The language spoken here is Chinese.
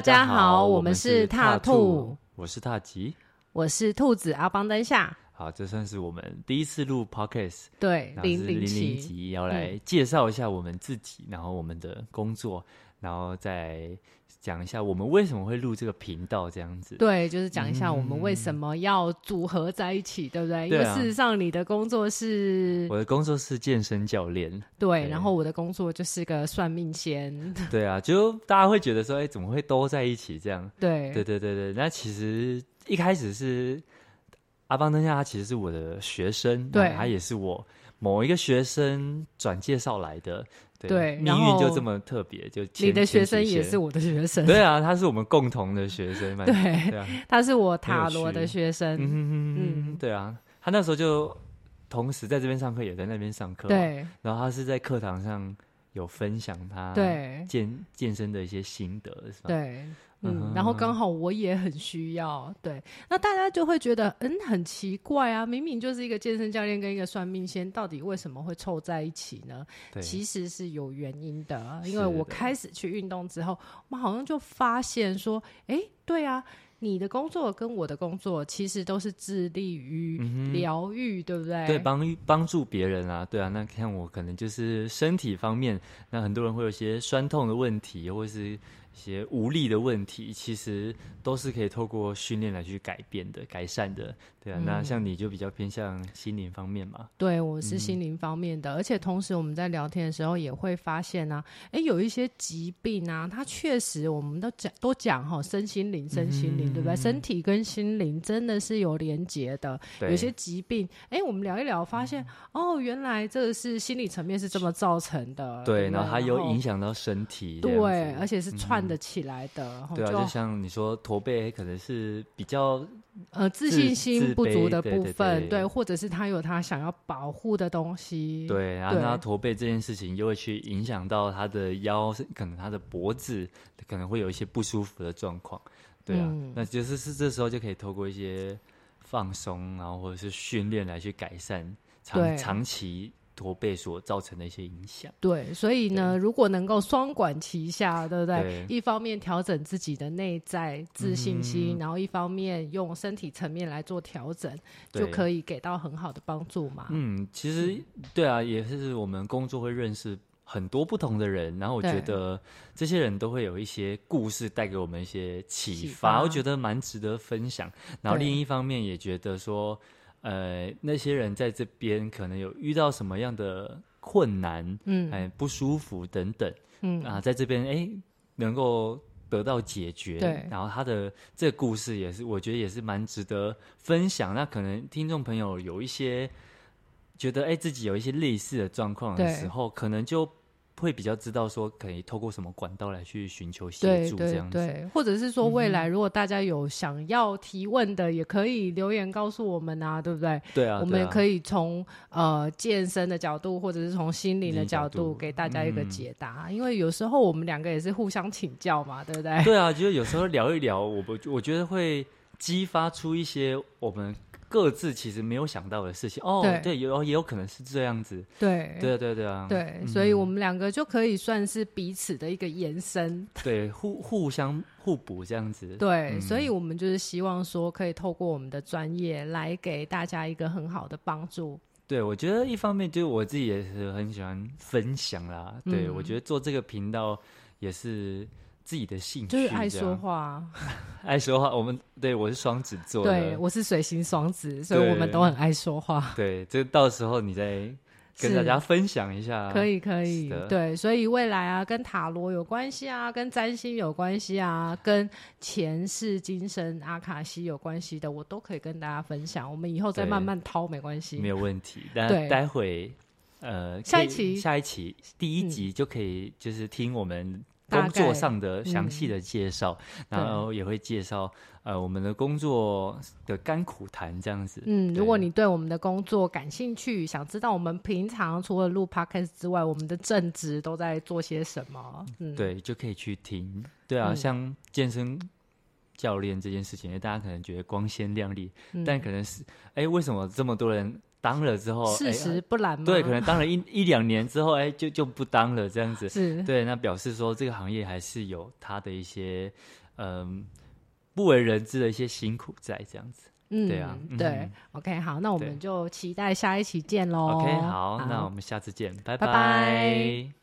家好，我们是踏兔，，我是踏吉。我是兔子阿邦灯下，好，这算是我们第一次录 podcast，对，然后是零零零零七，嗯集，要来介绍一下我们自己，然后我们的工作，然后再讲一下我们为什么会录这个频道这样子。对，就是讲一下我们为什么要组合在一起，对不嗯对？因为对啊事实上你的工作是我的工作是健身教练，对，对然后我的工作就是个算命仙，对啊，就大家会觉得说，哎、怎么会都在一起这样？对，对对对对，那其实一开始是阿邦灯下，他其实是我的学生，对然后他也是我某一个学生转介绍来的，对，对命然运就后这么特别，就你的牵学生也 是，牵我的学生线，对啊，他是我们共同的学生，蛮对 对啊，他是我塔罗很有的趣学嗯生，哼哼哼嗯哼对啊，他那时候就同时在这边上课，也在那边上课，，对然后他是在课堂上有分享他对健健身的一些心得，是吧？对。嗯，嗯然后刚好我也很需要，对，那大家就会觉得，嗯，很奇怪啊，明明就是一个健身教练跟一个算命仙，到底为什么会凑在一起呢？对，其实是有原因的，因是为我的开始去运动之后，我好像就发现说，哎，对啊，你的工作跟我的工作其实都是致力于疗愈，对不对？嗯对，帮帮助别人啊，对啊，那看我可能就是身体方面，那很多人会有一些酸痛的问题，或是一些无力的问题，其实都是可以透过训练来去改变的、改善的，对啊。嗯那像你就比较偏向心灵方面嘛，对，我是嗯心灵方面的，而且同时我们在聊天的时候也会发现啊，诶，有一些疾病啊，它确实我们都讲都讲哈，身心灵，身心灵，对不对？嗯身体跟心灵真的是有连结的。对，嗯有些疾病，诶，我们聊一聊，发现、哦，原来这个是心理层面是这么造成的。对，然然后它有影。响到身体，这样对，子嗯而且是串得起来的，吼对啊，就像你说驼背可能是比较呃自自信心自不足卑的对部对分，对对，或者是他有他想要保护的东西，对，然后他对驼背这件事情又会去影响到他的腰，可能他的脖子可能会有一些不舒服的状况。对啊，嗯那就是是这时候就可以透过一些放松，然后或者是训练来去改善对长长期驼背所造成的一些影响。对，所以呢，如果能够双管齐下，对不对？对一方面调整自己的内在自信嗯心，然后一方面用身体层面来做调整，对就可以给到很好的帮助嘛。嗯，其实对啊，也是我们工作会认识很多不同的人，然后我对觉得这些人都会有一些故事带给我们一些启启发，发我觉得蛮值得分享。然后对另一方面也觉得说，呃，那些人在这边可能有遇到什么样的困难，嗯哎，不舒服等等，嗯啊，在这边哎能够。得到解决，对然后他的这个故事也是，我觉得也是蛮值得分享。那可能听众朋友有一些觉得哎、自己有一些类似的状况的对时候，可能就会比较知道说可以透过什么管道来去寻求协对助这对样子。嗯对，或者是说未来如果大家有想要提问的，也可以留言告诉我们啊，对不对？对啊，我们也可以。以从呃健身的角度，或者是从心灵的灵角角度度给大家一个解答，因为有时候我们两个也是互相请教嘛，对不对？对啊，就是有时候聊一聊，我不我觉得会激发出一些我们各自其实没有想到的事情。哦，对对，有也有可能是这样子。对对啊对啊对啊，对，所以我们两个就可以算是彼此的一个延伸。对互互相互补这样子。对，所以我们就是希望说，可以透过我们的专业来给大家一个很好的帮助。对，我觉得一方面就是我自己也是很喜欢分享啦。对，嗯我觉得做这个频道也是自己的兴趣，就是爱这说样，话，爱说话。我们对我是双子座对的，我是水星双子，所以对我们都很爱说话。对，这到时候你再跟是大家分享一下，可，以，可以啊是，的对，所以未来啊，跟塔罗有关系啊，跟占星有关系啊，跟前世今生阿卡西有关系的，我都可以跟大家分享。我们以后再对慢慢掏，没关系。没有问题。但对待会。呃，下一可以期嗯下一期第一集就可以，就是听我们大工作概上的详细的介绍，嗯然后也会介绍呃我们的工作的甘苦谈这样子。嗯，对如果你对我们的工作感兴趣，想知道我们平常除了录 podcast 之外，我们的正职都在做些什么？嗯，对，就可以去听。对啊，嗯像健身嗯教练这件事情，大家可能觉得光鲜亮丽，但可能是哎，为什么这么多人当了之后，哎事实不然嘛，对，可能当了一一两年之后，哎，就就不当了这样子。 是对，那表示说这个行业还是有它的一些嗯不为人知的一些辛苦在这样子。嗯，对啊嗯对，OK，好，那我对们就期待下一期见喽。哦 OK，好，那我们下次见，拜拜拜